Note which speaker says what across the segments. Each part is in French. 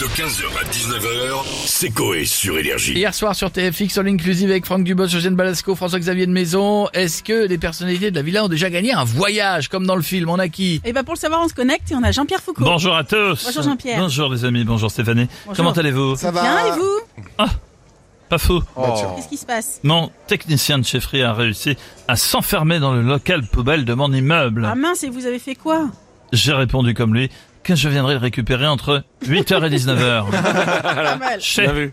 Speaker 1: De 15h à 19h, c'est Coé sur Énergie.
Speaker 2: Hier soir sur TFX en inclusive avec Franck Dubos, Eugène Balasco, François-Xavier de Maison, est-ce que les personnalités de la villa ont déjà gagné un voyage comme dans le film On a qui
Speaker 3: Et ben pour le savoir, on se connecte et on a Jean-Pierre Foucault.
Speaker 4: Bonjour à tous.
Speaker 3: Bonjour Jean-Pierre.
Speaker 4: Bonjour les amis, bonjour Stéphanie.
Speaker 3: Bonjour.
Speaker 4: Comment allez-vous
Speaker 5: Ça va
Speaker 3: Bien, et vous
Speaker 4: Pas fou.
Speaker 3: Qu'est-ce qui se passe
Speaker 4: Mon technicien de chefferie a réussi à s'enfermer dans le local poubelle de mon immeuble.
Speaker 3: Ah mince, et vous avez fait quoi
Speaker 4: J'ai répondu comme lui que je viendrai le récupérer entre 8h et 19h.
Speaker 6: Ah,
Speaker 3: Pas mal.
Speaker 4: Chef.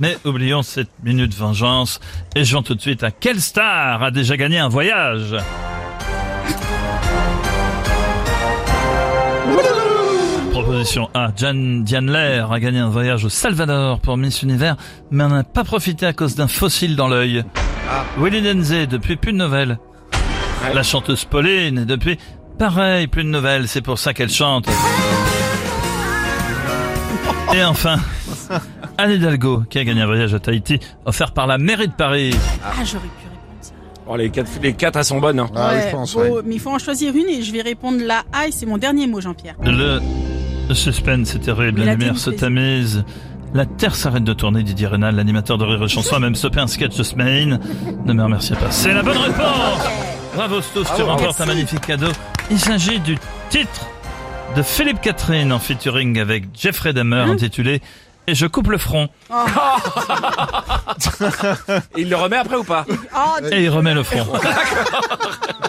Speaker 4: Mais oublions cette minute vengeance et jouons tout de suite à quelle star a déjà gagné un voyage Proposition A. Jan- Diane Lair a gagné un voyage au Salvador pour Miss Univers, mais n'en a pas profité à cause d'un fossile dans l'œil. Willy Denze, depuis plus de nouvelles. La chanteuse Pauline, est depuis pareil, plus de nouvelles, c'est pour ça qu'elle chante. Et enfin, Anne Hidalgo, qui a gagné un voyage à Tahiti, offert par la mairie de Paris.
Speaker 3: Ah, j'aurais pu répondre ça.
Speaker 6: Oh, les, quatre, les quatre, elles sont bonnes. hein.
Speaker 5: Ah oui, je pense, ouais.
Speaker 3: bon, Mais il faut en choisir une et je vais répondre la A et c'est mon dernier mot, Jean-Pierre.
Speaker 4: Le suspense est terrible,
Speaker 3: Mais
Speaker 4: la
Speaker 3: la
Speaker 4: lumière
Speaker 3: tenue
Speaker 4: se
Speaker 3: plaisir.
Speaker 4: tamise. La terre s'arrête de tourner, Didier Rénal, l'animateur de Rire et Chanson, a même stoppé un sketch de semaine. Ne me remerciez pas. C'est la bonne réponse Bravo Stouff, tu remportes un magnifique cadeau. Il s'agit du titre de Philippe Catherine en featuring avec Jeffrey Dahmer intitulé « Et je coupe le front
Speaker 6: Et Il le remet après ou pas »
Speaker 3: Oh,
Speaker 4: et il remet le front.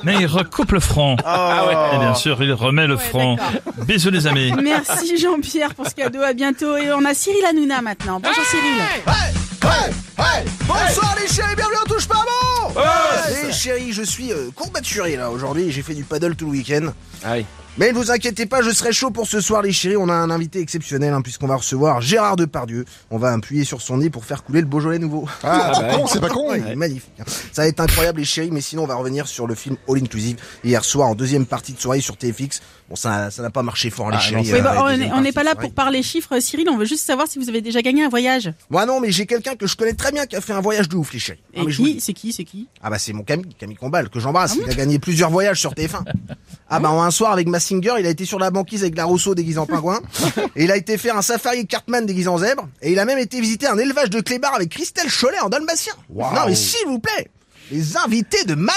Speaker 4: Mais il recoupe le front. Et bien sûr, il remet le front. Bisous les amis.
Speaker 3: merci Jean-Pierre pour ce cadeau, à bientôt. Et on a Cyril Hanouna maintenant. Bonjour Cyril.
Speaker 7: Bonsoir les chéris, bienvenue on touche pas bon Les chéris, je suis euh, courbaturé là aujourd'hui, j'ai fait du paddle tout le week-end.
Speaker 6: Aïe.
Speaker 7: Mais ne vous inquiétez pas, je serai chaud pour ce soir les chéris, on a un invité exceptionnel hein, puisqu'on va recevoir Gérard Depardieu. On va appuyer sur son nez pour faire couler le Beaujolais nouveau.
Speaker 5: Ah,
Speaker 6: Ah bah
Speaker 5: con,
Speaker 6: oui.
Speaker 5: c'est pas con.
Speaker 7: Ouais, il est magnifique. hein. Ça va être incroyable les chéris, mais sinon on va revenir sur le film All Inclusive hier soir en deuxième partie de soirée sur TFX. Bon ça ça n'a pas marché fort les
Speaker 3: Oui,
Speaker 7: chéris. euh,
Speaker 3: bah,
Speaker 7: la
Speaker 3: on
Speaker 7: deuxième
Speaker 3: est- on
Speaker 7: partie
Speaker 3: n'est
Speaker 7: de
Speaker 3: pas là
Speaker 7: soirée.
Speaker 3: pour parler chiffres, Cyril. On veut juste savoir si vous avez déjà gagné un voyage.
Speaker 7: Moi non, mais j'ai quelqu'un que je connais très bien qui a fait un voyage de ouf les chéris. Ah,
Speaker 3: Et
Speaker 7: mais je vous
Speaker 3: qui C'est qui C'est qui
Speaker 7: Ah bah c'est mon Camille, Camille Combal, que j'embrasse, il a gagné plusieurs voyages sur TF1. Ah bah un soir avec Massinger, il a été sur la banquise avec la Rousseau déguisé en pingouin, et il a été faire un safari Cartman déguisé en zèbre, et il a même été visiter un élevage de clébards avec Christelle Cholet en dalmatien. Non mais s'il vous plaît les invités de malade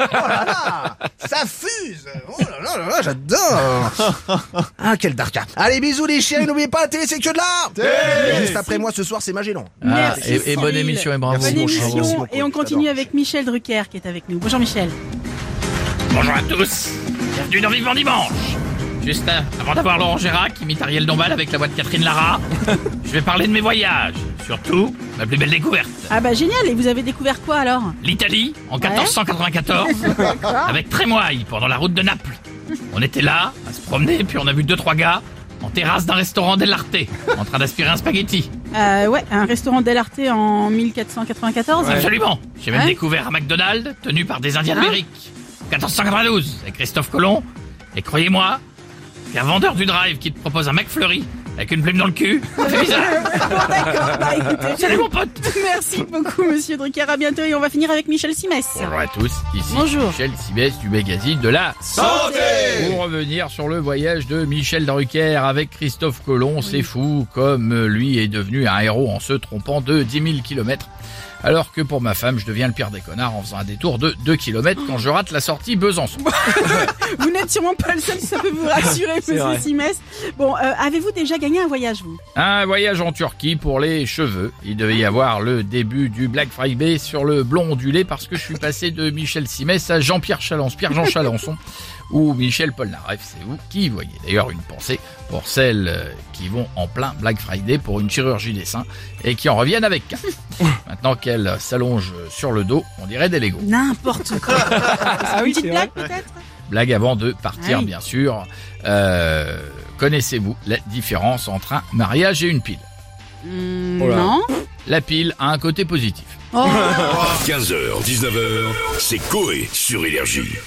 Speaker 7: Oh là là Ça fuse Oh là là là là, j'adore Ah, quel darka Allez, bisous les chiens, n'oubliez pas, la télé, c'est que de là Juste après moi, ce soir, c'est Magellan.
Speaker 2: Ah,
Speaker 3: Merci,
Speaker 2: et, et bonne
Speaker 3: Cyril.
Speaker 2: émission et bravo.
Speaker 7: Merci,
Speaker 3: Bonne
Speaker 7: mon cher. Merci,
Speaker 3: émission.
Speaker 7: mon
Speaker 3: Et on
Speaker 7: coach,
Speaker 3: continue
Speaker 7: j'adore.
Speaker 3: avec Michel Drucker qui est avec nous. Bonjour Michel.
Speaker 8: Bonjour à tous Bienvenue dans Vivement Dimanche Juste euh, avant d'avoir Laurent Gérard qui imite Ariel Dombal avec la voix de Catherine Lara, je vais parler de mes voyages. Surtout, ma plus belle découverte,
Speaker 3: Ah bah génial. Et vous avez découvert quoi alors
Speaker 8: l'Italie en 1494, avec Trémoille pendant la route de Naples. On était là, à se promener, puis on a vu deux trois gars en terrasse d'un restaurant dell'Arte, en train d'aspirer un spaghetti.
Speaker 3: Euh, ouais, un restaurant Del Arte en 1494.
Speaker 8: Absolument J'ai même
Speaker 3: Hein
Speaker 8: découvert un McDonald's tenu par des Indiens d'Amérique. 1492, avec Christophe Colomb. Et croyez-moi, qu'un vendeur du drive qui te propose un McFlurry avec une plume dans le cul, ça fait bizarre
Speaker 3: D'accord, bah écoutez.
Speaker 8: Salut mon pote
Speaker 3: Merci beaucoup, monsieur Drucker. À bientôt et on va finir avec Michel Simès.
Speaker 8: Bonjour à tous, ici
Speaker 3: Bonjour.
Speaker 8: Michel Sibès du magazine de la Santé Pour revenir sur le voyage de Michel Drucker avec Christophe Colomb, c'est fou comme euh, lui est devenu un héros en se trompant de 10 000 km. Alors que pour ma femme, je deviens le pire des connards en faisant un détour de 2 km quand je rate la sortie Besançon.
Speaker 3: Vous n'êtes sûrement pas le seul, ça peut vous rassurer, monsieur
Speaker 6: vrai.
Speaker 3: Simès. Bon, euh, avez-vous déjà gagné un voyage, vous
Speaker 8: Un voyage en Turquie pour les cheveux. Il devait y avoir le début du Black Friday sur le blond ondulé parce que je suis passé de Michel Simès à Jean-Pierre Chalence, Pierre-Jean Chalençon ou Michel Polnareff, c'est vous qui y voyez. D'ailleurs, une pensée pour celles euh, qui vont en plein Black Friday pour une chirurgie des seins et qui en reviennent avec quatre. Maintenant qu'elles s'allongent sur le dos, on dirait des Legos.
Speaker 3: N'importe quoi. ah oui, Une petite blague, peut-être
Speaker 8: Blague avant de partir,
Speaker 3: Ah oui.
Speaker 8: bien sûr. Euh, Connaissez-vous la différence entre un mariage et une pile
Speaker 3: Hmm,
Speaker 6: Oh là.
Speaker 3: Non.
Speaker 8: La pile a un côté positif.
Speaker 3: Oh.
Speaker 1: 15h, 19h, c'est Coé sur Énergie.